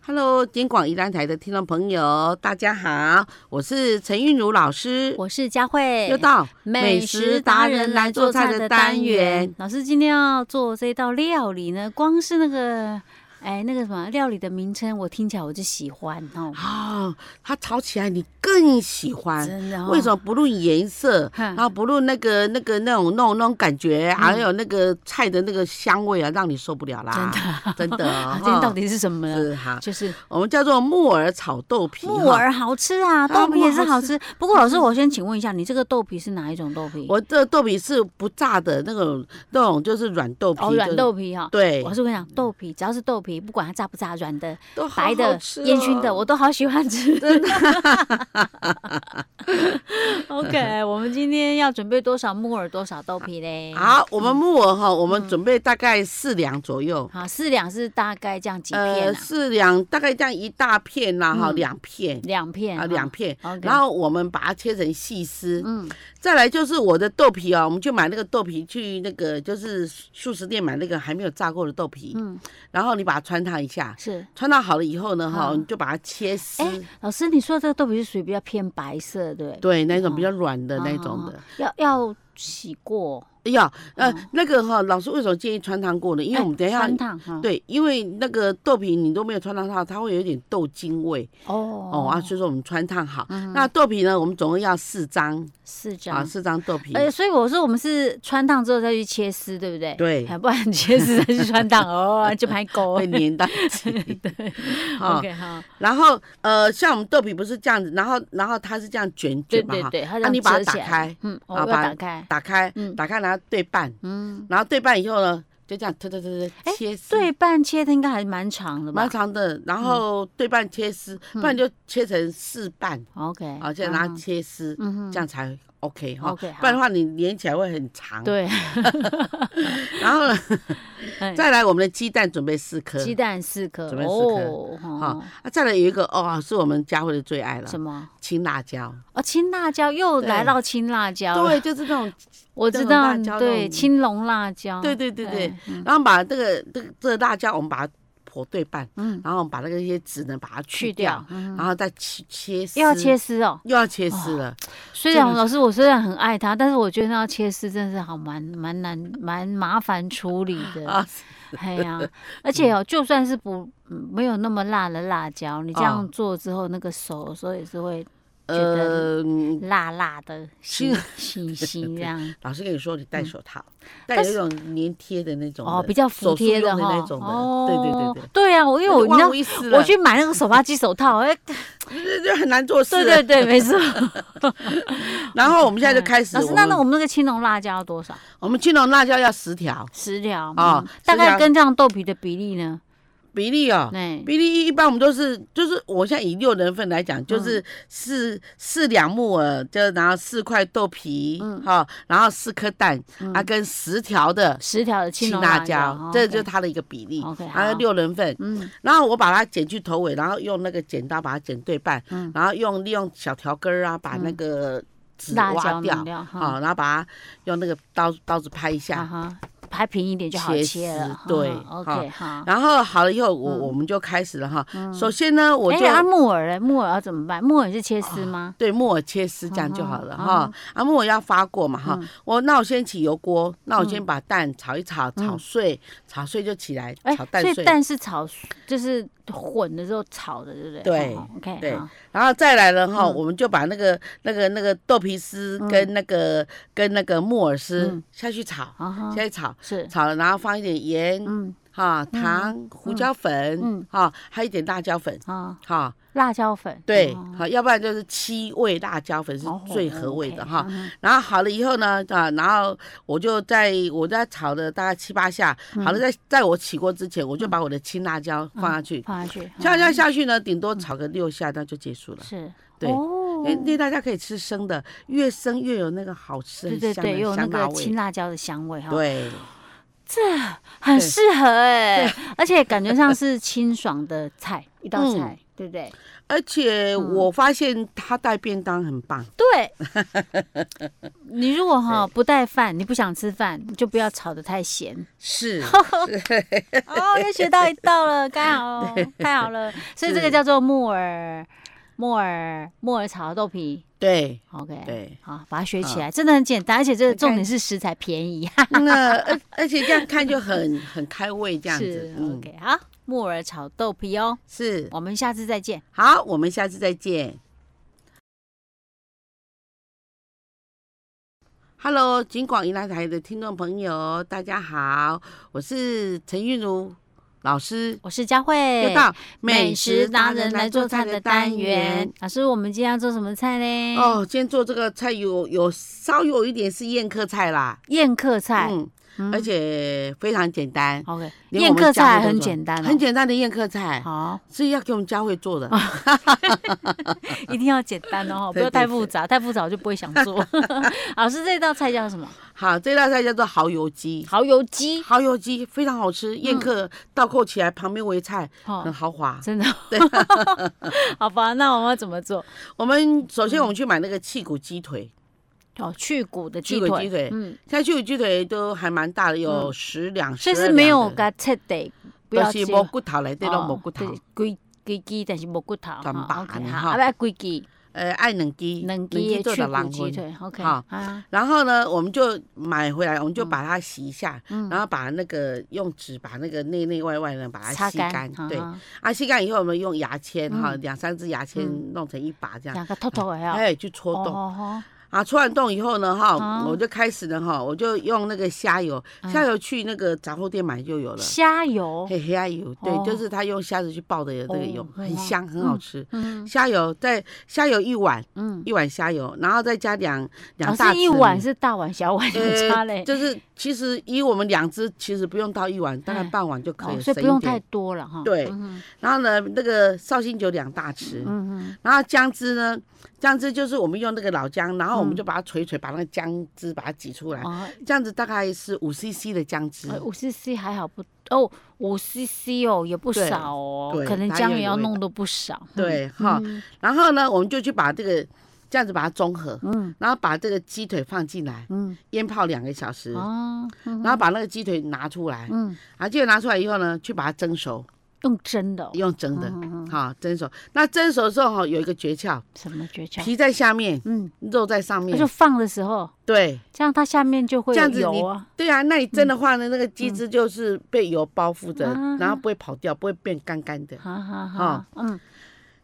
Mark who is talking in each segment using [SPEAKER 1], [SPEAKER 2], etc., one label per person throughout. [SPEAKER 1] Hello，金广宜兰台的听众朋友，大家好，我是陈韵如老师，
[SPEAKER 2] 我是佳慧，
[SPEAKER 1] 又到
[SPEAKER 2] 老师今天要做这道料理呢，光是那个哎那个什么料理的名称，我听起来我就喜欢哦，
[SPEAKER 1] 哦，它炒起来你更喜欢。
[SPEAKER 2] 真的、哦。
[SPEAKER 1] 为什么不论颜色，
[SPEAKER 2] 哼嗯
[SPEAKER 1] 然后不论那个那个那种那种那种感觉，还有那个菜的那个香味啊，让你受不了啦！真的，真的
[SPEAKER 2] 啊？
[SPEAKER 1] 哦，
[SPEAKER 2] 今天到底是什么呢？
[SPEAKER 1] 是啊哈，就是我们叫做木耳炒豆皮。
[SPEAKER 2] 木
[SPEAKER 1] 哈，
[SPEAKER 2] 耳好吃啊，
[SPEAKER 1] 啊
[SPEAKER 2] 豆皮也是
[SPEAKER 1] 木耳好
[SPEAKER 2] 好
[SPEAKER 1] 吃嗯
[SPEAKER 2] 吃。不过老师，我先请问一下，你这个豆皮是哪一种豆皮？
[SPEAKER 1] 我这豆皮是不炸的那种，那种就是软豆皮，
[SPEAKER 2] 哦，软
[SPEAKER 1] 就是
[SPEAKER 2] 豆皮哈、哦。
[SPEAKER 1] 对
[SPEAKER 2] 我，是跟你讲，豆皮只要是豆皮，不管它炸不炸，软的、
[SPEAKER 1] 都好
[SPEAKER 2] 白的
[SPEAKER 1] 好吃、哦
[SPEAKER 2] 烟熏的，我都好喜 欢吃。真的。OK，我们今天要准备多少木耳，多少豆皮嘞？，
[SPEAKER 1] 好，我
[SPEAKER 2] 嗯
[SPEAKER 1] 们木耳哈，我们准备大概四两左右，
[SPEAKER 2] 好，四两是大概这样几片啊？
[SPEAKER 1] 呃四两大概这样一大片啦哈，
[SPEAKER 2] 嗯
[SPEAKER 1] 两片
[SPEAKER 2] 两片
[SPEAKER 1] 啊，两。片。
[SPEAKER 2] 哈 OK。
[SPEAKER 1] 然，后我们把它切成细丝，
[SPEAKER 2] 嗯，
[SPEAKER 1] 再来就是我的豆皮哦，我们就买那个豆皮去那个就是素食店买那个还没有炸过的豆皮，
[SPEAKER 2] 嗯
[SPEAKER 1] 然后你把它穿烫一下，
[SPEAKER 2] 是。
[SPEAKER 1] 穿烫好了以后呢哈，
[SPEAKER 2] 好
[SPEAKER 1] 你就把它切丝，
[SPEAKER 2] 嗯哎，老师，你说的这个豆皮是属于比较偏白色，对不对？
[SPEAKER 1] 对，那种
[SPEAKER 2] 哦
[SPEAKER 1] 比较软的那种
[SPEAKER 2] 哦
[SPEAKER 1] 的。，
[SPEAKER 2] 要要洗过，
[SPEAKER 1] 哎呀，呃
[SPEAKER 2] 嗯，
[SPEAKER 1] 那个哈，老师为什么建议穿烫过呢？因为我们等一下
[SPEAKER 2] 哎穿烫哈。
[SPEAKER 1] 对，因为那个豆皮你都没有穿烫它，它会有一点豆精味
[SPEAKER 2] 哦
[SPEAKER 1] 哦啊，所以说我们穿烫好。那豆皮呢，我们总共要四张
[SPEAKER 2] 是这
[SPEAKER 1] 啊，
[SPEAKER 2] 样。
[SPEAKER 1] 四张豆皮。
[SPEAKER 2] 哎，所以我说我们是穿烫之后再去切丝，对不对？
[SPEAKER 1] 对
[SPEAKER 2] 哎，不然切丝再去穿烫 哦，就拍狗
[SPEAKER 1] 会。粘到一起 啊，
[SPEAKER 2] OK 哈，
[SPEAKER 1] 然后呃，像我们豆皮不是这样子，然后然后它是这样卷
[SPEAKER 2] 对
[SPEAKER 1] 卷嘛
[SPEAKER 2] 对
[SPEAKER 1] 哈，
[SPEAKER 2] 对，啊它这
[SPEAKER 1] 那
[SPEAKER 2] 样
[SPEAKER 1] 你把它
[SPEAKER 2] 折
[SPEAKER 1] 打
[SPEAKER 2] 起来
[SPEAKER 1] 开，
[SPEAKER 2] 嗯，我
[SPEAKER 1] 啊
[SPEAKER 2] 要
[SPEAKER 1] 把
[SPEAKER 2] 打开，
[SPEAKER 1] 打开
[SPEAKER 2] 嗯
[SPEAKER 1] 打开，然后对半，
[SPEAKER 2] 嗯，
[SPEAKER 1] 然后对半以后呢，就这样推推推推
[SPEAKER 2] 哎
[SPEAKER 1] 切丝，
[SPEAKER 2] 对嗯半切的应该还蛮长的吧
[SPEAKER 1] 蛮长的，然后对半切丝，不然就切成四瓣，
[SPEAKER 2] ？OK，
[SPEAKER 1] 好，再
[SPEAKER 2] 嗯
[SPEAKER 1] 哦拿
[SPEAKER 2] 哼
[SPEAKER 1] 切丝，
[SPEAKER 2] 嗯哼，
[SPEAKER 1] 这样才 OK 哈。
[SPEAKER 2] OK，
[SPEAKER 1] 不然的
[SPEAKER 2] 好
[SPEAKER 1] 话你连起来会很长。，
[SPEAKER 2] 对，
[SPEAKER 1] 然后呢，
[SPEAKER 2] 哎
[SPEAKER 1] 再来我们的鸡蛋准备四颗。
[SPEAKER 2] 鸡蛋四颗
[SPEAKER 1] 准备四颗
[SPEAKER 2] 哦，
[SPEAKER 1] 好
[SPEAKER 2] 哦，
[SPEAKER 1] 啊，再来有一个哦，是我们佳慧的最爱了
[SPEAKER 2] 什，么？
[SPEAKER 1] 青辣椒。
[SPEAKER 2] 哦，青辣椒又
[SPEAKER 1] 对
[SPEAKER 2] 来到青辣椒了，
[SPEAKER 1] 对，就是那种，
[SPEAKER 2] 我
[SPEAKER 1] 这
[SPEAKER 2] 知
[SPEAKER 1] 种辣
[SPEAKER 2] 道
[SPEAKER 1] 椒，那
[SPEAKER 2] 对，
[SPEAKER 1] 种
[SPEAKER 2] 青龙辣椒，
[SPEAKER 1] 对对对对。
[SPEAKER 2] 哦嗯，
[SPEAKER 1] 然后把这个这个这个辣椒，我们把它剖对半，
[SPEAKER 2] 嗯，
[SPEAKER 1] 然后我们把那个一些籽呢把它去
[SPEAKER 2] 去
[SPEAKER 1] 掉
[SPEAKER 2] 掉，，嗯
[SPEAKER 1] 然后再切切丝。
[SPEAKER 2] 又要切丝哦。
[SPEAKER 1] 又要切丝了，
[SPEAKER 2] 虽
[SPEAKER 1] 这
[SPEAKER 2] 然
[SPEAKER 1] 个
[SPEAKER 2] 老师我虽然很爱它，但是我觉得那要切丝真的是好蛮蛮难蛮麻烦处理 的。
[SPEAKER 1] 啊
[SPEAKER 2] 哎呀，而
[SPEAKER 1] 嗯
[SPEAKER 2] 且哦，就算是不嗯没有那么辣的辣椒，
[SPEAKER 1] 哦
[SPEAKER 2] 你这样做之后，那个手有时候也是会觉得
[SPEAKER 1] 呃，嗯
[SPEAKER 2] 辣辣 的，
[SPEAKER 1] 是
[SPEAKER 2] 腥腥腥这样。
[SPEAKER 1] 老师跟你说，你戴手套，戴
[SPEAKER 2] 但
[SPEAKER 1] 有一
[SPEAKER 2] 是
[SPEAKER 1] 种粘贴的那种的
[SPEAKER 2] 嗯哦，比较服帖
[SPEAKER 1] 手术用
[SPEAKER 2] 哈
[SPEAKER 1] 那种。的，对对
[SPEAKER 2] 哦
[SPEAKER 1] 对对，。
[SPEAKER 2] 对啊，我因为
[SPEAKER 1] 那就万
[SPEAKER 2] 我你知道
[SPEAKER 1] 无。一失了，
[SPEAKER 2] 我去买那个手扒鸡手套， 哎，
[SPEAKER 1] 这就很难做事。
[SPEAKER 2] 对对，对，没 错。
[SPEAKER 1] 然后我们现在就开始，
[SPEAKER 2] 老师，那那我们那个青龙辣椒要多少？
[SPEAKER 1] 我们青龙辣椒要十条
[SPEAKER 2] 十条
[SPEAKER 1] 啊
[SPEAKER 2] 啊
[SPEAKER 1] 十，
[SPEAKER 2] 大概
[SPEAKER 1] 条
[SPEAKER 2] 跟这样豆皮的比例呢？哎
[SPEAKER 1] 比例哦。
[SPEAKER 2] 对，
[SPEAKER 1] 比例一般我们都是，就是我现在以六人份来
[SPEAKER 2] 嗯
[SPEAKER 1] 讲，就是四四两木耳，就然后四块豆皮，
[SPEAKER 2] 嗯
[SPEAKER 1] 哈，然后四颗蛋，啊，跟十条的
[SPEAKER 2] 十条的
[SPEAKER 1] 青
[SPEAKER 2] 嗯青龙
[SPEAKER 1] 辣椒
[SPEAKER 2] 椒，，哦
[SPEAKER 1] 这
[SPEAKER 2] OK
[SPEAKER 1] 就是它的一个比例
[SPEAKER 2] OK，，
[SPEAKER 1] 然后
[SPEAKER 2] 好
[SPEAKER 1] 六人份，
[SPEAKER 2] 嗯
[SPEAKER 1] 然后我把它剪去头尾，然后用那个剪刀把它剪对半，
[SPEAKER 2] 嗯
[SPEAKER 1] 然后用利用小条根儿啊把那个籽
[SPEAKER 2] 辣
[SPEAKER 1] 挖
[SPEAKER 2] 椒
[SPEAKER 1] 掉哦
[SPEAKER 2] 弄，掉哈，
[SPEAKER 1] 好，然后把它用那个刀刀子拍一
[SPEAKER 2] 啊
[SPEAKER 1] 下，
[SPEAKER 2] 哈，拍平一点就好
[SPEAKER 1] 切
[SPEAKER 2] 切
[SPEAKER 1] 丝
[SPEAKER 2] 了。哈
[SPEAKER 1] 对
[SPEAKER 2] 哈，OK 哈。
[SPEAKER 1] 然后好了以后，我我们就开始了哈。首先呢，我
[SPEAKER 2] 嗯哎，
[SPEAKER 1] 就啊
[SPEAKER 2] 那木耳嘞？木耳要怎么办？木耳是切丝吗？
[SPEAKER 1] 对木耳切丝这样就好了
[SPEAKER 2] 嗯哼嗯
[SPEAKER 1] 哈。啊，木耳要发过嘛哈。我那我先起油锅，那我先把蛋炒一炒，炒碎，炒碎就起来
[SPEAKER 2] 嗯哎，
[SPEAKER 1] 炒蛋
[SPEAKER 2] 所以
[SPEAKER 1] 碎，
[SPEAKER 2] 蛋是炒，就是混的时候炒的，对不对？
[SPEAKER 1] 对
[SPEAKER 2] 哦，OK，
[SPEAKER 1] 对
[SPEAKER 2] 好
[SPEAKER 1] 然后再来了哈，
[SPEAKER 2] 嗯
[SPEAKER 1] 我们就把那个那个那个豆皮丝跟那个跟那个木耳丝
[SPEAKER 2] 嗯
[SPEAKER 1] 下去炒，
[SPEAKER 2] 啊哈
[SPEAKER 1] 下，去炒，
[SPEAKER 2] 是，
[SPEAKER 1] 炒了然后放一点盐
[SPEAKER 2] 嗯
[SPEAKER 1] 哈、糖、胡椒粉
[SPEAKER 2] 嗯
[SPEAKER 1] 哈，还有一点辣椒粉
[SPEAKER 2] 啊，
[SPEAKER 1] 哈，
[SPEAKER 2] 辣椒粉，
[SPEAKER 1] 对
[SPEAKER 2] 哦，
[SPEAKER 1] 好，要不然就是七味辣椒粉是
[SPEAKER 2] 哦
[SPEAKER 1] 最合味的哈
[SPEAKER 2] OK，。嗯
[SPEAKER 1] 然后好了以后呢，啊，然后我就在我在炒了大概七八下，好
[SPEAKER 2] 嗯
[SPEAKER 1] 了，在在我起锅之前，我就把我的青辣椒放下去，
[SPEAKER 2] 放下去，
[SPEAKER 1] 青辣
[SPEAKER 2] 嗯
[SPEAKER 1] 椒下去呢，顶多炒个六下，那就结束了。
[SPEAKER 2] 是，
[SPEAKER 1] 对因
[SPEAKER 2] 哦
[SPEAKER 1] 为那大家可以吃生的，越生越有那个好吃
[SPEAKER 2] 对
[SPEAKER 1] 很
[SPEAKER 2] 对
[SPEAKER 1] 香的
[SPEAKER 2] 对，又有那
[SPEAKER 1] 香辣
[SPEAKER 2] 个
[SPEAKER 1] 味
[SPEAKER 2] 青。辣椒的香味哈，
[SPEAKER 1] 对，
[SPEAKER 2] 很适合哎、而且感觉上是清爽的菜，一道
[SPEAKER 1] 嗯
[SPEAKER 2] 菜，对不对？
[SPEAKER 1] 而且
[SPEAKER 2] 嗯
[SPEAKER 1] 我发现他带便当很 棒，
[SPEAKER 2] 对，你如果 哈不带饭，你不想吃饭，你就不要炒的太咸。
[SPEAKER 1] 是
[SPEAKER 2] 哦，又学到一道了，刚好 哦，太好了。所以这个
[SPEAKER 1] 是
[SPEAKER 2] 叫做木耳木耳木耳炒豆皮。
[SPEAKER 1] 对
[SPEAKER 2] OK，，
[SPEAKER 1] 对。
[SPEAKER 2] 好，把它学起来，真的很简单，而且这个
[SPEAKER 1] 看
[SPEAKER 2] 重点是食材便宜。
[SPEAKER 1] 那而而且这样看就很很开胃，这样子
[SPEAKER 2] 是，
[SPEAKER 1] 嗯，
[SPEAKER 2] OK，好，木耳炒豆皮哦，
[SPEAKER 1] 是
[SPEAKER 2] 我们下次再见。
[SPEAKER 1] 好，我们下次再见。Hello，金广宜兰台的听众朋友，大家好，我是陈韵如老师，
[SPEAKER 2] 我是佳慧，
[SPEAKER 1] 又到
[SPEAKER 2] 美食达人来做菜的单元。。老师，我们今天要做什么菜嘞？，
[SPEAKER 1] 哦，今天做这个菜有有稍有一点是宴客菜啦，
[SPEAKER 2] 宴客菜。
[SPEAKER 1] 嗯，
[SPEAKER 2] 嗯
[SPEAKER 1] 而且非常简单，
[SPEAKER 2] OK，
[SPEAKER 1] 连
[SPEAKER 2] 宴
[SPEAKER 1] 我们
[SPEAKER 2] 客
[SPEAKER 1] 家
[SPEAKER 2] 菜
[SPEAKER 1] 会都
[SPEAKER 2] 很
[SPEAKER 1] 做
[SPEAKER 2] 简单哦，
[SPEAKER 1] 很简单的宴客菜，
[SPEAKER 2] 好，哦
[SPEAKER 1] 是要给我们佳慧做的。
[SPEAKER 2] 一定要简单哦，不
[SPEAKER 1] 对
[SPEAKER 2] 要
[SPEAKER 1] 对
[SPEAKER 2] 太
[SPEAKER 1] 对
[SPEAKER 2] 复杂，太复杂我就不 会想做。老师，这道菜叫什么？
[SPEAKER 1] 好，这道菜叫做蚝油鸡。
[SPEAKER 2] 蚝油 鸡，
[SPEAKER 1] 蚝油鸡非常好吃，宴客倒扣起来，旁边围菜，很
[SPEAKER 2] 嗯哦，
[SPEAKER 1] 豪华。
[SPEAKER 2] 真的，哦好吧，那我们要怎么做？
[SPEAKER 1] 我们首先我们去买那个气骨鸡腿，
[SPEAKER 2] 哦，去骨的
[SPEAKER 1] 去
[SPEAKER 2] 鸡
[SPEAKER 1] 骨
[SPEAKER 2] 腿，
[SPEAKER 1] 鸡腿
[SPEAKER 2] 嗯，
[SPEAKER 1] 现在气骨鸡腿都还蛮大的，有十两，
[SPEAKER 2] 所以
[SPEAKER 1] 12
[SPEAKER 2] 是没有
[SPEAKER 1] 两的
[SPEAKER 2] 个切的，不
[SPEAKER 1] 就
[SPEAKER 2] 要
[SPEAKER 1] 是
[SPEAKER 2] 切
[SPEAKER 1] 无骨头来，对
[SPEAKER 2] 哦
[SPEAKER 1] 咯，无骨头
[SPEAKER 2] 对，规规鸡，但是无骨头，
[SPEAKER 1] 全
[SPEAKER 2] 哦
[SPEAKER 1] 白
[SPEAKER 2] OK，
[SPEAKER 1] 的
[SPEAKER 2] 好，
[SPEAKER 1] 哈
[SPEAKER 2] 啊，要规鸡，
[SPEAKER 1] 呃，爱两鸡，
[SPEAKER 2] 两
[SPEAKER 1] 两
[SPEAKER 2] 鸡
[SPEAKER 1] 做
[SPEAKER 2] 的去
[SPEAKER 1] 的
[SPEAKER 2] 骨
[SPEAKER 1] 狼
[SPEAKER 2] 鸡
[SPEAKER 1] 魂。
[SPEAKER 2] 腿，OK，
[SPEAKER 1] 好
[SPEAKER 2] 啊，
[SPEAKER 1] 然后呢，我们就买回来，我们就把它洗一下，
[SPEAKER 2] 嗯
[SPEAKER 1] 然后把那个用纸把那个内内外外呢把它
[SPEAKER 2] 擦
[SPEAKER 1] 吸干
[SPEAKER 2] 干，，
[SPEAKER 1] 对，
[SPEAKER 2] 啊
[SPEAKER 1] 啊，吸干以后我们用牙签哈，
[SPEAKER 2] 嗯
[SPEAKER 1] 两三只牙签
[SPEAKER 2] 嗯
[SPEAKER 1] 弄成一把这样，
[SPEAKER 2] 两个透透的哦，
[SPEAKER 1] 哎，去戳洞。
[SPEAKER 2] 哦，
[SPEAKER 1] 啊，戳完洞以后呢，哈、
[SPEAKER 2] 啊
[SPEAKER 1] 我就开始了哈，我就用那个虾油，虾油去那个杂货店买就有了，
[SPEAKER 2] 嗯虾油，
[SPEAKER 1] 黑虾油，对，
[SPEAKER 2] 哦
[SPEAKER 1] 就是他用虾子去爆的有这个油，
[SPEAKER 2] 哦
[SPEAKER 1] 很
[SPEAKER 2] 哇
[SPEAKER 1] 香，很好吃。
[SPEAKER 2] 嗯
[SPEAKER 1] 虾油再虾油一碗，
[SPEAKER 2] 嗯，
[SPEAKER 1] 一碗虾油，然后再加两两
[SPEAKER 2] 老
[SPEAKER 1] 大匙
[SPEAKER 2] 师
[SPEAKER 1] 米、
[SPEAKER 2] 一碗哦是大碗小碗有
[SPEAKER 1] 呃
[SPEAKER 2] 差嘞，
[SPEAKER 1] 就是其实以我们两只，其实不用到一碗，大概
[SPEAKER 2] 哎
[SPEAKER 1] 半碗就可以
[SPEAKER 2] 哦
[SPEAKER 1] 了，
[SPEAKER 2] 所以
[SPEAKER 1] 省
[SPEAKER 2] 不用
[SPEAKER 1] 一点
[SPEAKER 2] 太多了哈。
[SPEAKER 1] 对
[SPEAKER 2] 嗯
[SPEAKER 1] 然后呢，那个绍兴酒两大匙，
[SPEAKER 2] 嗯
[SPEAKER 1] 然后姜汁呢，姜汁就是我们用那个老姜，然后我们就把它捶一捶，把那个姜汁把它挤出来
[SPEAKER 2] 嗯，。哦，呃
[SPEAKER 1] 这样子大概是五 CC 的姜汁，
[SPEAKER 2] 五 CC 还好不哦，五 CC 哦也不
[SPEAKER 1] 对
[SPEAKER 2] 少哦
[SPEAKER 1] 对，
[SPEAKER 2] 可能
[SPEAKER 1] 它
[SPEAKER 2] 姜
[SPEAKER 1] 要
[SPEAKER 2] 也
[SPEAKER 1] 有
[SPEAKER 2] 要
[SPEAKER 1] 味
[SPEAKER 2] 弄得不少。嗯，
[SPEAKER 1] 对哈、
[SPEAKER 2] 嗯
[SPEAKER 1] 然后呢，我们就去把这个这样子把它中和，
[SPEAKER 2] 嗯
[SPEAKER 1] 然后把这个鸡腿放进来，
[SPEAKER 2] 嗯
[SPEAKER 1] 腌泡两个小时，
[SPEAKER 2] 哦，嗯
[SPEAKER 1] 然后把那个鸡腿拿出来，
[SPEAKER 2] 嗯，
[SPEAKER 1] 啊，鸡腿拿出来以后呢，去把它蒸熟，
[SPEAKER 2] 用蒸的哦，
[SPEAKER 1] 用蒸的，
[SPEAKER 2] 嗯嗯嗯
[SPEAKER 1] 好蒸熟。那蒸熟的时候哈，有一个诀窍，
[SPEAKER 2] 什么诀窍？
[SPEAKER 1] 皮在下面，
[SPEAKER 2] 嗯，
[SPEAKER 1] 肉在上
[SPEAKER 2] 那就
[SPEAKER 1] 面，
[SPEAKER 2] 放的时候，
[SPEAKER 1] 对。
[SPEAKER 2] 这样它下面就会
[SPEAKER 1] 这样
[SPEAKER 2] 有
[SPEAKER 1] 子
[SPEAKER 2] 油啊。
[SPEAKER 1] 对啊，那你蒸的话呢，那个鸡汁就是被油包覆着，
[SPEAKER 2] 嗯啊
[SPEAKER 1] 然后不会跑掉，不会变干干的。
[SPEAKER 2] 好好好，
[SPEAKER 1] 哦
[SPEAKER 2] 嗯，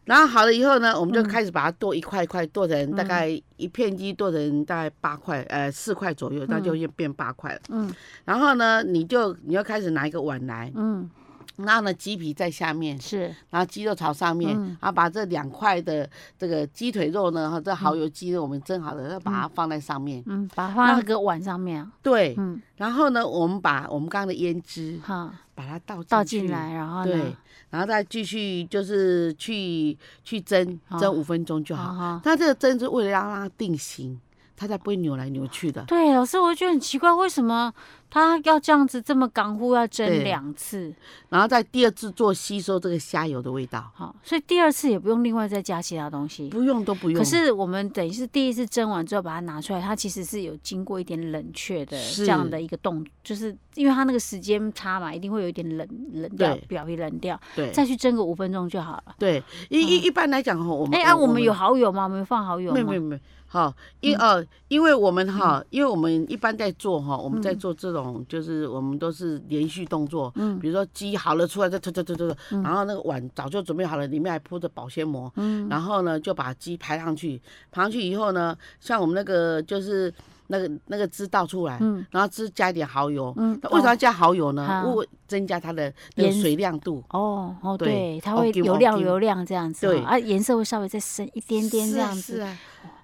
[SPEAKER 1] 然后好了以后呢，我们就开始把它剁一块一块，剁成大概
[SPEAKER 2] 嗯
[SPEAKER 1] 一片鸡剁成大概八块，呃，四块左右，那就变八块了。
[SPEAKER 2] 嗯，
[SPEAKER 1] 然后呢，你就你要开始拿一个碗来，
[SPEAKER 2] 嗯，
[SPEAKER 1] 然后呢，鸡皮在下面，
[SPEAKER 2] 是，
[SPEAKER 1] 然后鸡肉朝上面，
[SPEAKER 2] 嗯
[SPEAKER 1] 然后把这两块的这个鸡腿肉呢，和这蚝油鸡肉我们蒸好的，要把它放在上面。
[SPEAKER 2] 嗯，把它放在那个碗上面啊，
[SPEAKER 1] 对，
[SPEAKER 2] 嗯，
[SPEAKER 1] 然后呢，我们把我们刚刚的腌汁
[SPEAKER 2] 好，
[SPEAKER 1] 把它倒
[SPEAKER 2] 倒
[SPEAKER 1] 去
[SPEAKER 2] 进来，啊然后呢
[SPEAKER 1] 对，，然后再继续就是去去蒸，
[SPEAKER 2] 哦
[SPEAKER 1] 蒸五分钟就好。
[SPEAKER 2] 好
[SPEAKER 1] 那这个蒸是为了要让它定型，它才不会扭来扭去的。
[SPEAKER 2] 对，老师，我就觉得很奇怪，为什么他要这样子这么港呼，要蒸
[SPEAKER 1] 对
[SPEAKER 2] 两次？
[SPEAKER 1] 然后在第二次做吸收这个虾油的味道，
[SPEAKER 2] 好，所以第二次也不用另外再加其他东西。
[SPEAKER 1] 不用都不用。
[SPEAKER 2] 可是我们等于是第一次蒸完之后把它拿出来，它其实是有经过一点冷却的这
[SPEAKER 1] 是
[SPEAKER 2] 样的一个动，就是因为它那个时间差嘛，一定会有一点冷冷掉
[SPEAKER 1] 对，
[SPEAKER 2] 表皮冷掉，
[SPEAKER 1] 对
[SPEAKER 2] 再去蒸个五分钟就好了。
[SPEAKER 1] 对，一一一般来讲哈，我们
[SPEAKER 2] 哎、啊，我们有蚝油吗？我们有放蚝油
[SPEAKER 1] 没
[SPEAKER 2] 吗？
[SPEAKER 1] 有
[SPEAKER 2] 嗯
[SPEAKER 1] 没有没有。好，因呃，因为我们哈，因为我们一般在做哈，我们在做这种，就是我们都是连续动作，
[SPEAKER 2] 嗯
[SPEAKER 1] 比如说鸡好了出来，再突突突突，突然后那个碗早就准备好了，里面还铺着保鲜膜，
[SPEAKER 2] 嗯
[SPEAKER 1] 然后呢就把鸡排上去，排上去以后呢，像我们那个就是那个那个汁倒出来，
[SPEAKER 2] 嗯
[SPEAKER 1] 然后汁加一点蚝油，
[SPEAKER 2] 嗯哦
[SPEAKER 1] 那为什么要加蚝油呢？
[SPEAKER 2] 好
[SPEAKER 1] 为为增加它的那个
[SPEAKER 2] 盐
[SPEAKER 1] 水亮度。
[SPEAKER 2] 哦哦，
[SPEAKER 1] 对
[SPEAKER 2] 对，它
[SPEAKER 1] 哦
[SPEAKER 2] 会
[SPEAKER 1] 给我
[SPEAKER 2] 油亮
[SPEAKER 1] 给我
[SPEAKER 2] 油亮这样子哦，
[SPEAKER 1] 对
[SPEAKER 2] 啊，颜色会稍微再深一点点
[SPEAKER 1] 是
[SPEAKER 2] 这
[SPEAKER 1] 啊
[SPEAKER 2] 样
[SPEAKER 1] 是
[SPEAKER 2] 子，哦
[SPEAKER 1] 啊，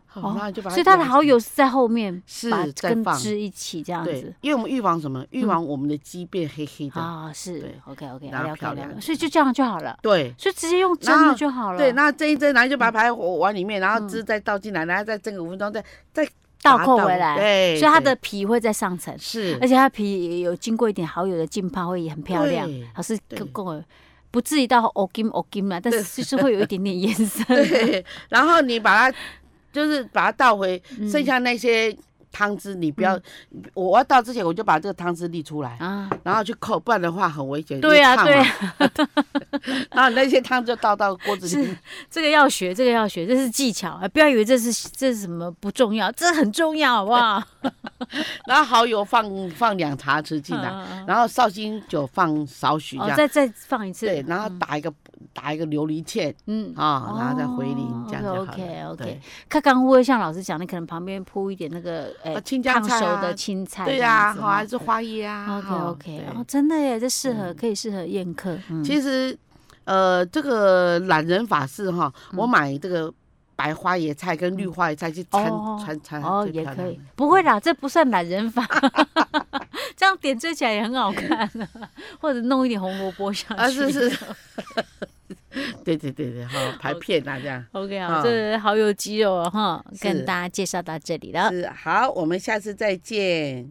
[SPEAKER 1] 好，那就把
[SPEAKER 2] 所以它的
[SPEAKER 1] 舀
[SPEAKER 2] 蚝油是在后面，
[SPEAKER 1] 是
[SPEAKER 2] 把它
[SPEAKER 1] 再
[SPEAKER 2] 跟
[SPEAKER 1] 放
[SPEAKER 2] 汁一起这样
[SPEAKER 1] 对
[SPEAKER 2] 子，嗯
[SPEAKER 1] 因为我们预防什么？预防我们的鸡变黑黑的。
[SPEAKER 2] 啊，是
[SPEAKER 1] 对
[SPEAKER 2] OK OK，
[SPEAKER 1] 让它
[SPEAKER 2] 了解
[SPEAKER 1] 漂
[SPEAKER 2] 了
[SPEAKER 1] 亮
[SPEAKER 2] 解，所以就这样就好了，
[SPEAKER 1] 对
[SPEAKER 2] 所以直接用蒸
[SPEAKER 1] 然
[SPEAKER 2] 的
[SPEAKER 1] 后
[SPEAKER 2] 就好了，
[SPEAKER 1] 对，那蒸一蒸，然后就把它排在我碗里面，然后汁再倒进来，然后再蒸个五分钟，再再
[SPEAKER 2] 嗯倒
[SPEAKER 1] 把它
[SPEAKER 2] 扣回来，
[SPEAKER 1] 对，
[SPEAKER 2] 所以它
[SPEAKER 1] 对
[SPEAKER 2] 的皮会在上层，
[SPEAKER 1] 是
[SPEAKER 2] 而且它皮也有经过一点蚝油的浸泡，会也很漂亮
[SPEAKER 1] 对。
[SPEAKER 2] 老师
[SPEAKER 1] 对
[SPEAKER 2] 跟跟我不至于到哦 o g i m o g i m 啦，但是就是会有一点点颜色。
[SPEAKER 1] 对，然后你把它就是把它倒回，剩下那些汤汁你不要，我我要倒之前我就把这个汤汁沥出来，
[SPEAKER 2] 嗯啊，
[SPEAKER 1] 然后去扣，不然的话很危险。
[SPEAKER 2] 对呀、
[SPEAKER 1] 因为
[SPEAKER 2] 对啊
[SPEAKER 1] 烫
[SPEAKER 2] 呀、
[SPEAKER 1] 嘛 然后那些汤就倒到锅子里面。
[SPEAKER 2] 这个要学，这个要学，这是技巧啊！不要以为这是这是什么不重要，这很重要，好不好？
[SPEAKER 1] 然后蚝油放放两茶匙进来，
[SPEAKER 2] 嗯
[SPEAKER 1] 然后绍兴酒放少许这
[SPEAKER 2] 哦，
[SPEAKER 1] 样，
[SPEAKER 2] 再嗯再放一次，
[SPEAKER 1] 对，然后打一个打一个琉璃芡
[SPEAKER 2] 嗯。
[SPEAKER 1] 啊，然后再回淋，这样就好了。
[SPEAKER 2] OK OK，
[SPEAKER 1] 对
[SPEAKER 2] 看刚会像老师讲，你可能旁边铺一点那个呃、
[SPEAKER 1] 啊青江
[SPEAKER 2] 烫
[SPEAKER 1] 菜
[SPEAKER 2] 熟
[SPEAKER 1] 啊
[SPEAKER 2] 的青菜这
[SPEAKER 1] 对
[SPEAKER 2] 样
[SPEAKER 1] 呀，
[SPEAKER 2] 子
[SPEAKER 1] 好
[SPEAKER 2] 哦，
[SPEAKER 1] 还是花椰啊。
[SPEAKER 2] OK
[SPEAKER 1] 哈
[SPEAKER 2] OK，
[SPEAKER 1] 对嗯
[SPEAKER 2] 然后真的耶，这适合可以适合宴客，嗯
[SPEAKER 1] 其实呃，这个懒人法式哈，
[SPEAKER 2] 嗯
[SPEAKER 1] 我买这个白花椰菜跟绿花椰菜去掺
[SPEAKER 2] 哦
[SPEAKER 1] 掺掺，
[SPEAKER 2] 哦
[SPEAKER 1] 最
[SPEAKER 2] 也
[SPEAKER 1] 漂
[SPEAKER 2] 可
[SPEAKER 1] 亮嗯
[SPEAKER 2] 以，不会啦，这不算懒人 法，这样点缀起来也很好看啊， 或者弄一点红萝卜上去。
[SPEAKER 1] 啊是是， 对对对对哈，排片啊这样。
[SPEAKER 2] OK
[SPEAKER 1] 啊
[SPEAKER 2] 啊，这好有肌肉哦哈，
[SPEAKER 1] 是
[SPEAKER 2] 跟大家介绍到这里了。
[SPEAKER 1] 是好，我们下次再见。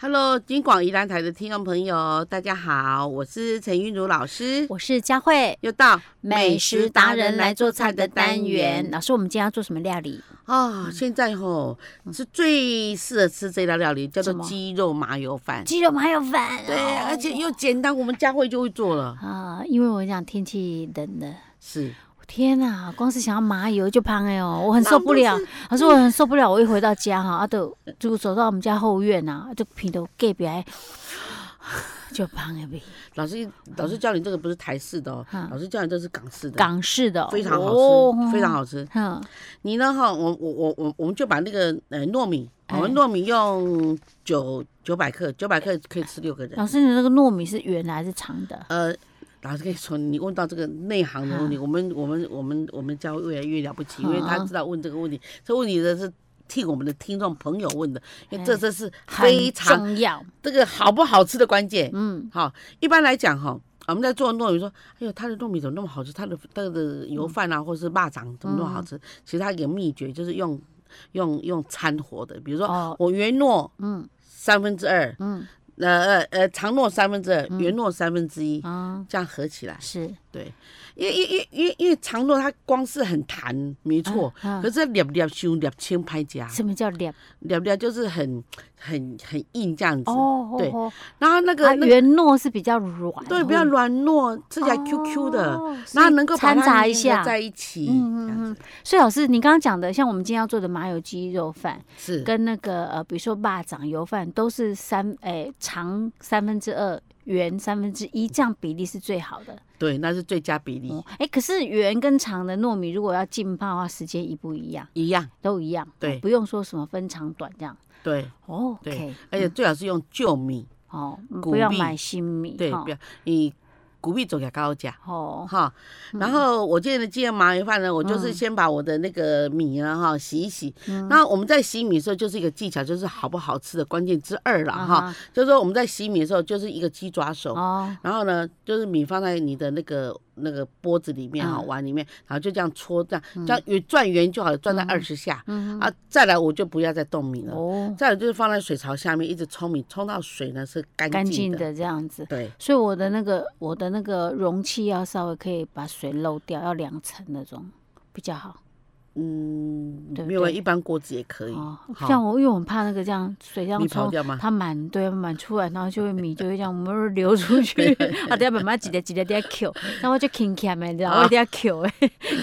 [SPEAKER 1] Hello，金广宜兰台的听众朋友，大家好，我是陈韵如老师，
[SPEAKER 2] 我是佳慧，
[SPEAKER 1] 又到
[SPEAKER 2] 美食达人来做菜的单元。嗯老师，我们今天要做什么料理？
[SPEAKER 1] 啊、现在吼是最适合吃这道料理，叫做
[SPEAKER 2] 什么
[SPEAKER 1] 鸡肉麻油饭。
[SPEAKER 2] 鸡肉麻油饭。
[SPEAKER 1] 对，
[SPEAKER 2] 哦
[SPEAKER 1] 而且又简单，我们佳慧就会做了。
[SPEAKER 2] 啊，因为我讲天气冷了。
[SPEAKER 1] 是，
[SPEAKER 2] 天呐，光是想要麻油就胖哎 哦，我很
[SPEAKER 1] 难
[SPEAKER 2] 受不
[SPEAKER 1] 度
[SPEAKER 2] 了
[SPEAKER 1] 是。
[SPEAKER 2] 可是我很受不了，我一回到家哈，啊都就走到我们家后院呐、啊，就皮都盖起来，就胖哎呗。
[SPEAKER 1] 老师老师教你这个不是台式的哦，
[SPEAKER 2] 嗯
[SPEAKER 1] 老师教你这是港式的，
[SPEAKER 2] 港式的、哦、
[SPEAKER 1] 非常好吃，非常
[SPEAKER 2] 好。
[SPEAKER 1] 好吃。
[SPEAKER 2] 嗯，
[SPEAKER 1] 你呢？哈，我我我我我们就把那个呃糯米，我
[SPEAKER 2] 哎
[SPEAKER 1] 们糯米用九九百克，九百克可以吃六个人
[SPEAKER 2] 老。师，你那个糯米是圆的还是长的？
[SPEAKER 1] 呃，老师跟你说，你问到这个内行的问题，我们我们我们我们教会越来越了不起，因为他
[SPEAKER 2] 嗯
[SPEAKER 1] 知道问这个问题，这问题的是替我们的听众朋友问的，因为
[SPEAKER 2] 哎
[SPEAKER 1] 这真是非
[SPEAKER 2] 很
[SPEAKER 1] 常
[SPEAKER 2] 重要。
[SPEAKER 1] 这个好不好吃的关键。
[SPEAKER 2] 嗯，
[SPEAKER 1] 好，一般来讲哈，我们在做糯米说，哎呦，它的糯米怎么那么好吃？它的它的油饭
[SPEAKER 2] 嗯
[SPEAKER 1] 啊，或是蚂蚱怎么那么好吃？其实它有秘诀，就是用用用掺和的，比如说
[SPEAKER 2] 哦，
[SPEAKER 1] 我圆糯
[SPEAKER 2] 嗯
[SPEAKER 1] 三分之二，
[SPEAKER 2] 嗯
[SPEAKER 1] 呃呃呃长糯三分之二，
[SPEAKER 2] 嗯
[SPEAKER 1] 圆糯三分之一。
[SPEAKER 2] 啊，
[SPEAKER 1] 这样合起来，
[SPEAKER 2] 是
[SPEAKER 1] 对，因为因为因为因为长糯它光是很弹，没错，
[SPEAKER 2] 嗯嗯
[SPEAKER 1] 可是粒粒胸粒轻拍夹，
[SPEAKER 2] 什么叫脸？
[SPEAKER 1] 粒粒就是很很很硬这样子，
[SPEAKER 2] 哦，
[SPEAKER 1] 对
[SPEAKER 2] 哦，
[SPEAKER 1] 然后那个、
[SPEAKER 2] 啊，
[SPEAKER 1] 那个
[SPEAKER 2] 圆糯是比较软，
[SPEAKER 1] 对比较软糯，吃起来 QQ 的，
[SPEAKER 2] 哦，
[SPEAKER 1] 然后
[SPEAKER 2] 所以
[SPEAKER 1] 能够把
[SPEAKER 2] 掺
[SPEAKER 1] 它
[SPEAKER 2] 杂一
[SPEAKER 1] 粘合
[SPEAKER 2] 下，
[SPEAKER 1] 在一起，
[SPEAKER 2] 嗯
[SPEAKER 1] 这
[SPEAKER 2] 嗯
[SPEAKER 1] 样
[SPEAKER 2] 嗯
[SPEAKER 1] 子
[SPEAKER 2] 所以老师，你刚刚讲的，像我们今天要做的麻油鸡肉饭，
[SPEAKER 1] 是
[SPEAKER 2] 跟那个呃，比如说蚂蚱油饭，都是三诶、长三分之二，圆三分之一，这样比例是最好的。
[SPEAKER 1] 对，那是最佳比例，
[SPEAKER 2] 哦，诶、可是圆跟长的糯米如果要浸泡的话，时间一不一样？
[SPEAKER 1] 一样
[SPEAKER 2] 都一样，哦
[SPEAKER 1] 对
[SPEAKER 2] 不用说什么分长短这样。
[SPEAKER 1] 对，
[SPEAKER 2] 哦
[SPEAKER 1] 对
[SPEAKER 2] ，OK，
[SPEAKER 1] 而且最好是用旧米，
[SPEAKER 2] 哦，嗯
[SPEAKER 1] 谷
[SPEAKER 2] 不要
[SPEAKER 1] 粒
[SPEAKER 2] 买新米，
[SPEAKER 1] 对，
[SPEAKER 2] 哈
[SPEAKER 1] 不要你谷币走给高价。
[SPEAKER 2] 哦，
[SPEAKER 1] 哈，然后我今天的鸡肉麻油饭呢，我
[SPEAKER 2] 嗯
[SPEAKER 1] 就是先把我的那个米啊哈洗一洗，那我们在洗米的时候就是一个技巧，就是好不好吃的关键之二了哈
[SPEAKER 2] 啊，
[SPEAKER 1] 就是说我们在洗米的时候就是一个鸡爪手，
[SPEAKER 2] 哦，
[SPEAKER 1] 然后呢，就是米放在你的那个那个钵子里面哈，
[SPEAKER 2] 嗯
[SPEAKER 1] 碗里面，然后就这样搓，这样这样圆转圆就好了，转在二十下
[SPEAKER 2] 嗯
[SPEAKER 1] 啊。再来我就不要再动米了，
[SPEAKER 2] 哦，
[SPEAKER 1] 再来就是放在水槽下面一直冲米，冲到水呢是干
[SPEAKER 2] 干
[SPEAKER 1] 净
[SPEAKER 2] 净
[SPEAKER 1] 的，
[SPEAKER 2] 的这样子。
[SPEAKER 1] 对，
[SPEAKER 2] 所以我的那个我的那个容器要稍微可以把水漏掉，要两层那种比较好。
[SPEAKER 1] 嗯
[SPEAKER 2] 对，不
[SPEAKER 1] 没有
[SPEAKER 2] 对
[SPEAKER 1] 一般锅子也可以
[SPEAKER 2] 哦，，
[SPEAKER 1] 好，
[SPEAKER 2] 像我因为我很怕那个这样水这样
[SPEAKER 1] 米跑
[SPEAKER 2] 冲
[SPEAKER 1] 掉，吗？
[SPEAKER 2] 它满对满出来，然后就会米就会这样 我们流出去，啊，等下慢慢挤的挤的等下 Q，然后我就 king 起来，你知道吗，
[SPEAKER 1] 啊
[SPEAKER 2] 我一定要 Q 哎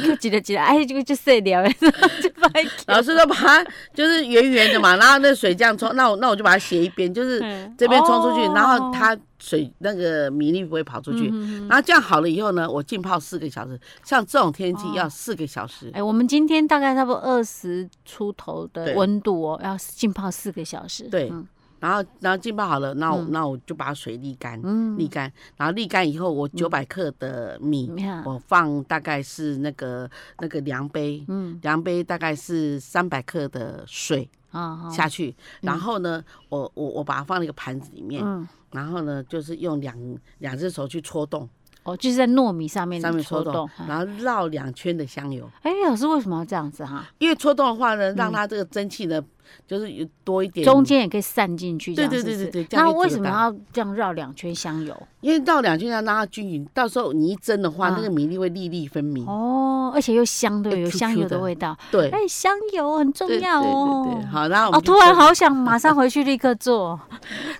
[SPEAKER 2] ，Q 挤的挤的，哎，这个就碎掉了， 就把它 Q
[SPEAKER 1] 老师都把它就是圆圆的嘛， 然后那水这样冲，那我那我就把它斜一边，就是
[SPEAKER 2] 嗯
[SPEAKER 1] 这边冲出去，
[SPEAKER 2] 哦
[SPEAKER 1] 然后它水那个米粒不会跑出
[SPEAKER 2] 嗯
[SPEAKER 1] 去。然后这样好了以后呢，我浸泡四个小时，像这种天气
[SPEAKER 2] 哦
[SPEAKER 1] 要四个小时。
[SPEAKER 2] 哎，我们今天大概差不多二十出头的
[SPEAKER 1] 对
[SPEAKER 2] 温度哦，要浸泡四个小时。
[SPEAKER 1] 对
[SPEAKER 2] 嗯
[SPEAKER 1] 然后然后浸泡好了，那我
[SPEAKER 2] 嗯
[SPEAKER 1] 那我就把水沥干，
[SPEAKER 2] 嗯
[SPEAKER 1] 沥干，然后沥干以后，我九百克的米
[SPEAKER 2] 你，看，
[SPEAKER 1] 我放大概是那个那个量杯。
[SPEAKER 2] 嗯
[SPEAKER 1] 量杯大概是三百克的水
[SPEAKER 2] 啊，
[SPEAKER 1] 下去，然后呢，我我我把它放在一个盘子里面，
[SPEAKER 2] 嗯。
[SPEAKER 1] 然后呢，就是用两两只手去戳洞，
[SPEAKER 2] 哦，就是在糯米上面
[SPEAKER 1] 上面戳
[SPEAKER 2] 戳
[SPEAKER 1] 洞
[SPEAKER 2] 洞。，
[SPEAKER 1] 然后绕两圈的香油。
[SPEAKER 2] 哎，老师为什么要这样子哈？
[SPEAKER 1] 因为戳洞的话呢，让它这个蒸汽呢就是有多一点
[SPEAKER 2] 嗯中，间也可以散进去这样，
[SPEAKER 1] 对对
[SPEAKER 2] 是不
[SPEAKER 1] 对
[SPEAKER 2] 是
[SPEAKER 1] 对对这样
[SPEAKER 2] 那
[SPEAKER 1] 可以
[SPEAKER 2] 为
[SPEAKER 1] 做
[SPEAKER 2] 什
[SPEAKER 1] 得
[SPEAKER 2] 么
[SPEAKER 1] 到
[SPEAKER 2] 要这样绕两圈香油？
[SPEAKER 1] 因为到两圈要让它均匀，到时候你一蒸的话，
[SPEAKER 2] 啊
[SPEAKER 1] 那个米粒会粒粒分明。
[SPEAKER 2] 哦，而且又香，对不对，
[SPEAKER 1] 又嗯哎
[SPEAKER 2] 有
[SPEAKER 1] Q Q
[SPEAKER 2] 香油的
[SPEAKER 1] 的
[SPEAKER 2] 味道。
[SPEAKER 1] 对，
[SPEAKER 2] 哎，香油很重
[SPEAKER 1] 对
[SPEAKER 2] 要哦
[SPEAKER 1] 对。对对，好，然后我
[SPEAKER 2] 哦，
[SPEAKER 1] 们就
[SPEAKER 2] 突然
[SPEAKER 1] 蒸，
[SPEAKER 2] 好想马上回去立刻 做，可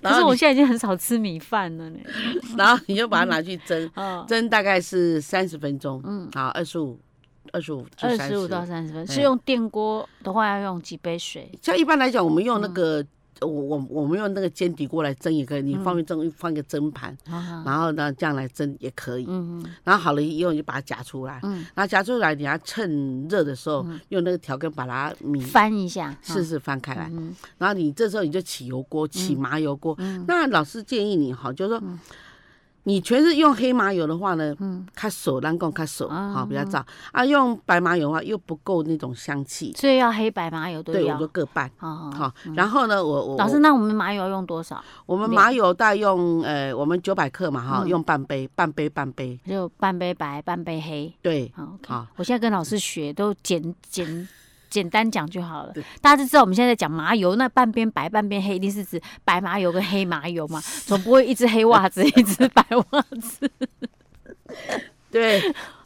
[SPEAKER 1] 然
[SPEAKER 2] 是
[SPEAKER 1] 后
[SPEAKER 2] 我
[SPEAKER 1] 你
[SPEAKER 2] 现在已经很少吃米饭 了呢。
[SPEAKER 1] 然后你就把它拿去蒸，
[SPEAKER 2] 嗯，
[SPEAKER 1] 蒸大概是三十分钟，
[SPEAKER 2] 嗯
[SPEAKER 1] 好，二十五，二十五至
[SPEAKER 2] 二
[SPEAKER 1] 三
[SPEAKER 2] 十五到
[SPEAKER 1] 十。
[SPEAKER 2] 三十分，
[SPEAKER 1] 哎
[SPEAKER 2] 是用电锅的话要用几杯水？
[SPEAKER 1] 像一般来讲，我们用那个，我我我们用那个煎底锅来蒸也可以，你
[SPEAKER 2] 嗯
[SPEAKER 1] 方便蒸放一个蒸盘，
[SPEAKER 2] 啊，
[SPEAKER 1] 然后呢这样来蒸也可以。
[SPEAKER 2] 嗯嗯
[SPEAKER 1] 然后好了以后，你就把它夹出来，
[SPEAKER 2] 嗯
[SPEAKER 1] 然后夹出来，你要趁热的时候
[SPEAKER 2] 嗯
[SPEAKER 1] 用那个调羹把它米
[SPEAKER 2] 翻一下，
[SPEAKER 1] 试
[SPEAKER 2] 哈
[SPEAKER 1] 试翻开来。
[SPEAKER 2] 嗯
[SPEAKER 1] 然后你这时候你就起油锅，起麻油锅。
[SPEAKER 2] 嗯
[SPEAKER 1] 那老师建议你哈，就是说你全是用黑麻油的话呢，
[SPEAKER 2] 嗯，
[SPEAKER 1] 它手难讲，它手
[SPEAKER 2] 啊
[SPEAKER 1] 哈比较燥啊。用白麻油的话又不够那种香气，
[SPEAKER 2] 所以要黑白麻油都
[SPEAKER 1] 对，
[SPEAKER 2] 要哦
[SPEAKER 1] 我就。各半。
[SPEAKER 2] 好好，
[SPEAKER 1] 好，然后呢，我我
[SPEAKER 2] 嗯老师，
[SPEAKER 1] 我
[SPEAKER 2] 那我们麻油用多少？
[SPEAKER 1] 我们
[SPEAKER 2] 两
[SPEAKER 1] 麻油大概用呃，我们九百克嘛哈，
[SPEAKER 2] 嗯
[SPEAKER 1] 用半杯，半杯，半杯，
[SPEAKER 2] 就半杯白，半杯黑。
[SPEAKER 1] 对，
[SPEAKER 2] 好，OK
[SPEAKER 1] 好。
[SPEAKER 2] 我现在跟老师学，都简简简单讲就好了
[SPEAKER 1] 对。
[SPEAKER 2] 大家就知道我们现在在讲麻油，那半边白半边黑，一定是指白麻油跟黑麻油 嘛，总不会一只黑袜子一只白袜子。
[SPEAKER 1] 对，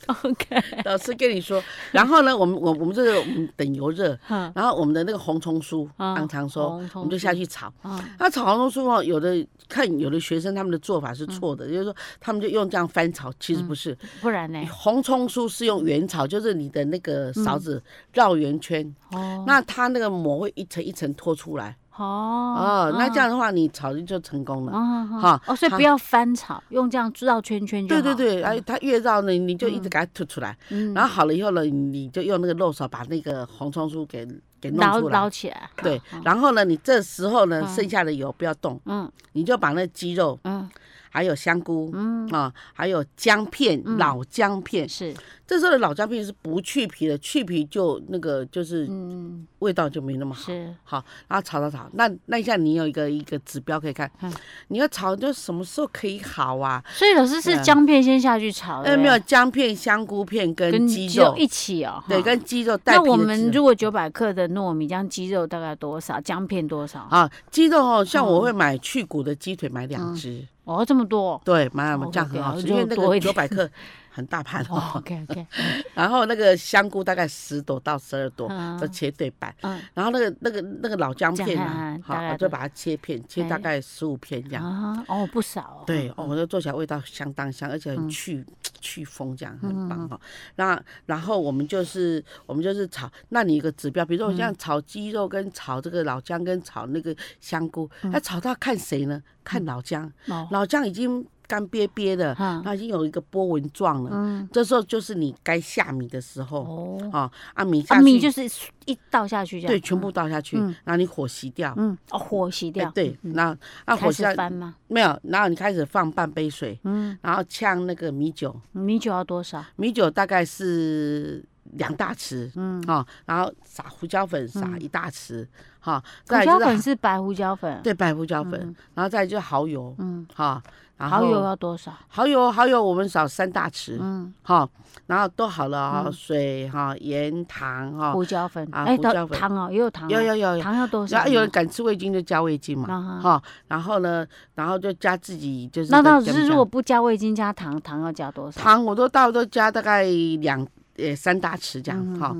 [SPEAKER 2] OK，
[SPEAKER 1] 老师跟你说。然后呢，我们我我们这个我们等油热，
[SPEAKER 2] 嗯
[SPEAKER 1] 然后我们的那个红葱酥，
[SPEAKER 2] 啊
[SPEAKER 1] 昂长 说
[SPEAKER 2] 红，葱
[SPEAKER 1] 我们就
[SPEAKER 2] 酥
[SPEAKER 1] 下去炒。
[SPEAKER 2] 嗯
[SPEAKER 1] 那炒红葱酥哦，有的看有的学生他们的做法是错
[SPEAKER 2] 嗯
[SPEAKER 1] 的，就是说他们就用这样翻炒，其实不是。
[SPEAKER 2] 不 然呢？
[SPEAKER 1] 红葱酥是用圆炒，就是你的那个勺子绕圆圈，
[SPEAKER 2] 嗯哦，
[SPEAKER 1] 那它那个膜会一层一层脱出来。
[SPEAKER 2] 哦
[SPEAKER 1] 哦，那这样的话你炒就成功了。
[SPEAKER 2] 啊哈
[SPEAKER 1] 哈
[SPEAKER 2] 哦，所以不
[SPEAKER 1] 它
[SPEAKER 2] 要翻炒，用这样绕圈圈就
[SPEAKER 1] 对
[SPEAKER 2] 好。
[SPEAKER 1] 对对，哎，它越绕呢，你就一直给它吐出来，
[SPEAKER 2] 啊嗯，
[SPEAKER 1] 然后好了以后呢，你就用那个肉勺把那个红葱酥给给弄
[SPEAKER 2] 捞
[SPEAKER 1] 出
[SPEAKER 2] 捞
[SPEAKER 1] 来。
[SPEAKER 2] 起来。
[SPEAKER 1] 对
[SPEAKER 2] 好，
[SPEAKER 1] 然后呢，你这时候呢，
[SPEAKER 2] 嗯
[SPEAKER 1] 剩下的油不要动，
[SPEAKER 2] 嗯
[SPEAKER 1] 你就把那鸡肉
[SPEAKER 2] 嗯
[SPEAKER 1] 还有香菇，
[SPEAKER 2] 嗯，
[SPEAKER 1] 啊、还有姜片、
[SPEAKER 2] 嗯
[SPEAKER 1] 老姜片，
[SPEAKER 2] 是，
[SPEAKER 1] 这时候的老姜片是不去皮的，去皮就那个就是
[SPEAKER 2] 嗯
[SPEAKER 1] 味道就没那么好。
[SPEAKER 2] 是，
[SPEAKER 1] 好，然后炒炒炒，那那一下你有一个一个指标可以看，
[SPEAKER 2] 嗯
[SPEAKER 1] 你要炒就什么时候可以好啊？
[SPEAKER 2] 所以老师是
[SPEAKER 1] 嗯
[SPEAKER 2] 姜片先下去炒，对
[SPEAKER 1] 呃，
[SPEAKER 2] 不
[SPEAKER 1] 没
[SPEAKER 2] 对
[SPEAKER 1] 有姜片、香菇片跟
[SPEAKER 2] 跟
[SPEAKER 1] 鸡
[SPEAKER 2] 鸡
[SPEAKER 1] 肉
[SPEAKER 2] 肉，一起哦。
[SPEAKER 1] 对，
[SPEAKER 2] 哈
[SPEAKER 1] 跟鸡肉带
[SPEAKER 2] 那
[SPEAKER 1] 皮的
[SPEAKER 2] 我
[SPEAKER 1] 鸡
[SPEAKER 2] 们
[SPEAKER 1] 肉
[SPEAKER 2] 如果九百克的糯米酱鸡肉大概多少？姜片多少？
[SPEAKER 1] 啊，鸡肉哦，
[SPEAKER 2] 嗯
[SPEAKER 1] 像我会买去骨的鸡腿，买两只，
[SPEAKER 2] 哦，这么多。
[SPEAKER 1] 对，买两
[SPEAKER 2] 哦
[SPEAKER 1] 这样
[SPEAKER 2] 对
[SPEAKER 1] 很
[SPEAKER 2] 啊
[SPEAKER 1] 好吃，
[SPEAKER 2] 就
[SPEAKER 1] 因为那
[SPEAKER 2] 多一
[SPEAKER 1] 个九
[SPEAKER 2] 点
[SPEAKER 1] 百克很 大盘
[SPEAKER 2] 哦
[SPEAKER 1] 哦。
[SPEAKER 2] OK OK，
[SPEAKER 1] 然后那个香菇大概十朵到十二朵
[SPEAKER 2] 嗯，
[SPEAKER 1] 都切对半。
[SPEAKER 2] 嗯，
[SPEAKER 1] 然后那个那个那个老姜
[SPEAKER 2] 姜
[SPEAKER 1] 片
[SPEAKER 2] 啊
[SPEAKER 1] 啊，好，
[SPEAKER 2] 大概
[SPEAKER 1] 我
[SPEAKER 2] 多
[SPEAKER 1] 就把它切片，切大
[SPEAKER 2] 哎
[SPEAKER 1] 概十五片这样。
[SPEAKER 2] 啊，哦，不少哦。
[SPEAKER 1] 对，哦，我就做起来味道相当香，而且
[SPEAKER 2] 嗯
[SPEAKER 1] 很去去风，这样很棒哈。那然后我们就是我们就是炒，那你有个指标，比如说我
[SPEAKER 2] 嗯
[SPEAKER 1] 像炒鸡肉跟炒这个老姜跟炒那个香菇，
[SPEAKER 2] 嗯
[SPEAKER 1] 那炒到看谁呢？看老姜，
[SPEAKER 2] 哦，
[SPEAKER 1] 老姜已经干瘪瘪的，
[SPEAKER 2] 嗯
[SPEAKER 1] 那已经有一个波纹状了。
[SPEAKER 2] 嗯，
[SPEAKER 1] 这时候就是你该下米的时候
[SPEAKER 2] 哦，
[SPEAKER 1] 啊，啊米
[SPEAKER 2] 啊
[SPEAKER 1] 下
[SPEAKER 2] 米
[SPEAKER 1] 去
[SPEAKER 2] 就是一倒下去这样。
[SPEAKER 1] 对，全部倒下去，
[SPEAKER 2] 嗯
[SPEAKER 1] 然后你火熄掉。
[SPEAKER 2] 嗯，哦，火熄
[SPEAKER 1] 哎
[SPEAKER 2] 掉。嗯
[SPEAKER 1] 对，那那
[SPEAKER 2] 开
[SPEAKER 1] 火
[SPEAKER 2] 始
[SPEAKER 1] 下
[SPEAKER 2] 翻吗？
[SPEAKER 1] 没有，然后你开始放半杯水，
[SPEAKER 2] 嗯，
[SPEAKER 1] 然后呛那个米酒，
[SPEAKER 2] 米酒要多少？
[SPEAKER 1] 米酒大概是两大匙，嗯，哦，然后撒胡椒粉撒一大匙，哈、
[SPEAKER 2] 嗯胡
[SPEAKER 1] 再来
[SPEAKER 2] 椒
[SPEAKER 1] 就是
[SPEAKER 2] 粉
[SPEAKER 1] 蚝
[SPEAKER 2] 是白胡椒粉。，
[SPEAKER 1] 对白胡椒粉，
[SPEAKER 2] 嗯
[SPEAKER 1] 然后再来就是蚝油，
[SPEAKER 2] 嗯，
[SPEAKER 1] 哈、然后
[SPEAKER 2] 蚝油啊要多少？
[SPEAKER 1] 蚝油蚝油我们少三大匙，
[SPEAKER 2] 嗯，
[SPEAKER 1] 哈、然后都好了啊、水哈、盐糖哈，
[SPEAKER 2] 胡椒粉。
[SPEAKER 1] 啊
[SPEAKER 2] 哎，
[SPEAKER 1] 胡
[SPEAKER 2] 到
[SPEAKER 1] 椒粉
[SPEAKER 2] 糖哦，也有糖哦。
[SPEAKER 1] 有有有有。
[SPEAKER 2] 糖要多
[SPEAKER 1] 然
[SPEAKER 2] 少
[SPEAKER 1] 后
[SPEAKER 2] 呢？
[SPEAKER 1] 有人敢吃味精就加味精嘛，
[SPEAKER 2] 啊
[SPEAKER 1] 哈、然后呢，然后就加自己就是
[SPEAKER 2] 那
[SPEAKER 1] 再
[SPEAKER 2] 到
[SPEAKER 1] 加
[SPEAKER 2] 是
[SPEAKER 1] 一
[SPEAKER 2] 如
[SPEAKER 1] 下
[SPEAKER 2] 果不加味精加糖，糖要加多少？
[SPEAKER 1] 糖我都到都加大概两呃三大匙这
[SPEAKER 2] 嗯
[SPEAKER 1] 样哈、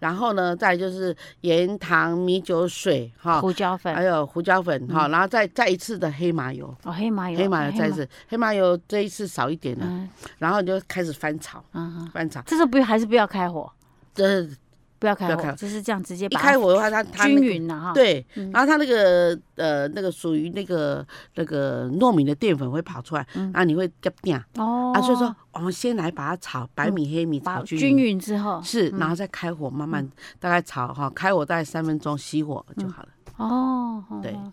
[SPEAKER 1] 然后呢，再来就是盐、糖、米酒、水哈，
[SPEAKER 2] 胡椒
[SPEAKER 1] 还
[SPEAKER 2] 粉
[SPEAKER 1] 有胡椒粉哈、然后再再一次的黑麻油，
[SPEAKER 2] 哦，黑麻油，
[SPEAKER 1] 黑麻油再一，次，黑麻油这一次少一点了，
[SPEAKER 2] 嗯
[SPEAKER 1] 然后你就开始翻炒，
[SPEAKER 2] 嗯嗯，
[SPEAKER 1] 翻炒，
[SPEAKER 2] 这时候不要还是不要开火，
[SPEAKER 1] 这
[SPEAKER 2] 不要开
[SPEAKER 1] 不要开
[SPEAKER 2] 火，
[SPEAKER 1] 火
[SPEAKER 2] 就是这样直接
[SPEAKER 1] 一
[SPEAKER 2] 把
[SPEAKER 1] 开
[SPEAKER 2] 它
[SPEAKER 1] 火的话，它它那
[SPEAKER 2] 均
[SPEAKER 1] 个
[SPEAKER 2] 匀了哈。，
[SPEAKER 1] 对
[SPEAKER 2] 嗯，
[SPEAKER 1] 然后它那个呃那个属于那个那个糯米的淀粉会跑出来，然后你会掉掉，
[SPEAKER 2] 嗯哦，
[SPEAKER 1] 啊，所以说我们先来把它炒白米黑米
[SPEAKER 2] 把
[SPEAKER 1] 炒均
[SPEAKER 2] 均
[SPEAKER 1] 匀，
[SPEAKER 2] 匀之后，
[SPEAKER 1] 是，然后再开火慢
[SPEAKER 2] 嗯
[SPEAKER 1] 慢大概炒哈，开火大概三分钟，熄火就好了。
[SPEAKER 2] 哦，哦
[SPEAKER 1] 对。
[SPEAKER 2] 哦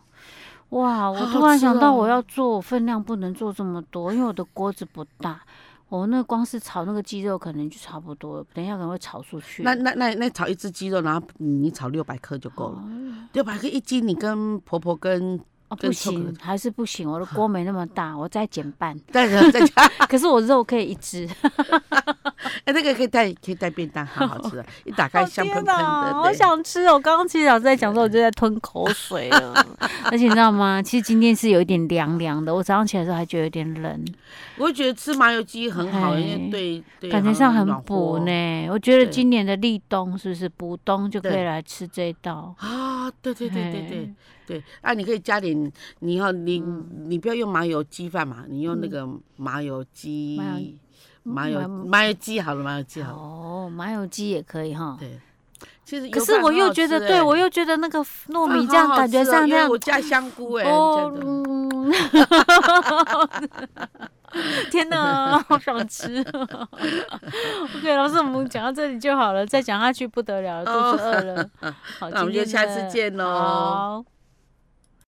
[SPEAKER 2] 哇！我
[SPEAKER 1] 好
[SPEAKER 2] 突
[SPEAKER 1] 好
[SPEAKER 2] 然
[SPEAKER 1] 吃
[SPEAKER 2] 想到，我
[SPEAKER 1] 哦
[SPEAKER 2] 要做分量不能做这么多，因为我的锅子不大，我那光是炒那个鸡肉可能就差不多了，等一下可能会炒出去。
[SPEAKER 1] 那那那那炒一只鸡肉，然后你你炒六百克就够了，六百克一斤，你跟婆婆跟
[SPEAKER 2] 哦不
[SPEAKER 1] 跟臭狗
[SPEAKER 2] 行，还是不行，我的 锅没那么大，我再减半。
[SPEAKER 1] 再再加
[SPEAKER 2] 可是我肉可以一只，
[SPEAKER 1] 哎，那个可以带可以带便当，好好 吃啊！一打开香喷喷的，
[SPEAKER 2] 哦好
[SPEAKER 1] 对
[SPEAKER 2] 想吃哦！刚刚其实老师在讲说，我就在吞口水了。 而且你知道吗？其实今天是有一点凉凉的，我早上起来的时候还觉得有点冷，
[SPEAKER 1] 我觉得吃麻油鸡很好，
[SPEAKER 2] 哎
[SPEAKER 1] 因为对对，
[SPEAKER 2] 感觉上很
[SPEAKER 1] 暖
[SPEAKER 2] 补
[SPEAKER 1] 和
[SPEAKER 2] 呢。我觉得
[SPEAKER 1] 对
[SPEAKER 2] 今年的立冬是不是补冬就可以
[SPEAKER 1] 对
[SPEAKER 2] 来吃这一道？
[SPEAKER 1] 啊，对对对对对
[SPEAKER 2] 哎
[SPEAKER 1] 对，啊，你可以加点，你要你
[SPEAKER 2] 嗯
[SPEAKER 1] 你不要用麻油鸡饭嘛，你用那个麻油鸡
[SPEAKER 2] 麻，嗯
[SPEAKER 1] 麻油
[SPEAKER 2] 麻
[SPEAKER 1] 麻油鸡好了，麻油鸡好了，
[SPEAKER 2] 哦，麻油鸡也可以哈。
[SPEAKER 1] 啊对。其实
[SPEAKER 2] 可
[SPEAKER 1] 油
[SPEAKER 2] 是
[SPEAKER 1] 饭
[SPEAKER 2] 我
[SPEAKER 1] 很
[SPEAKER 2] 又
[SPEAKER 1] 好
[SPEAKER 2] 觉得，
[SPEAKER 1] 吃
[SPEAKER 2] 对
[SPEAKER 1] 欸
[SPEAKER 2] 我又觉得那个糯
[SPEAKER 1] 饭
[SPEAKER 2] 米
[SPEAKER 1] 好
[SPEAKER 2] 酱
[SPEAKER 1] 好
[SPEAKER 2] 感觉
[SPEAKER 1] 吃哦
[SPEAKER 2] 上
[SPEAKER 1] 因
[SPEAKER 2] 那
[SPEAKER 1] 为
[SPEAKER 2] 样
[SPEAKER 1] 我加香菇哎，
[SPEAKER 2] 哦
[SPEAKER 1] 这样子
[SPEAKER 2] 嗯， 天哪，好想吃 哦！OK，老师，我们讲到这 里就好了，再讲下去不得了了，肚子饿了。好，
[SPEAKER 1] 那我们
[SPEAKER 2] 今
[SPEAKER 1] 就
[SPEAKER 2] 天
[SPEAKER 1] 下次
[SPEAKER 2] 的
[SPEAKER 1] 见喽
[SPEAKER 2] 好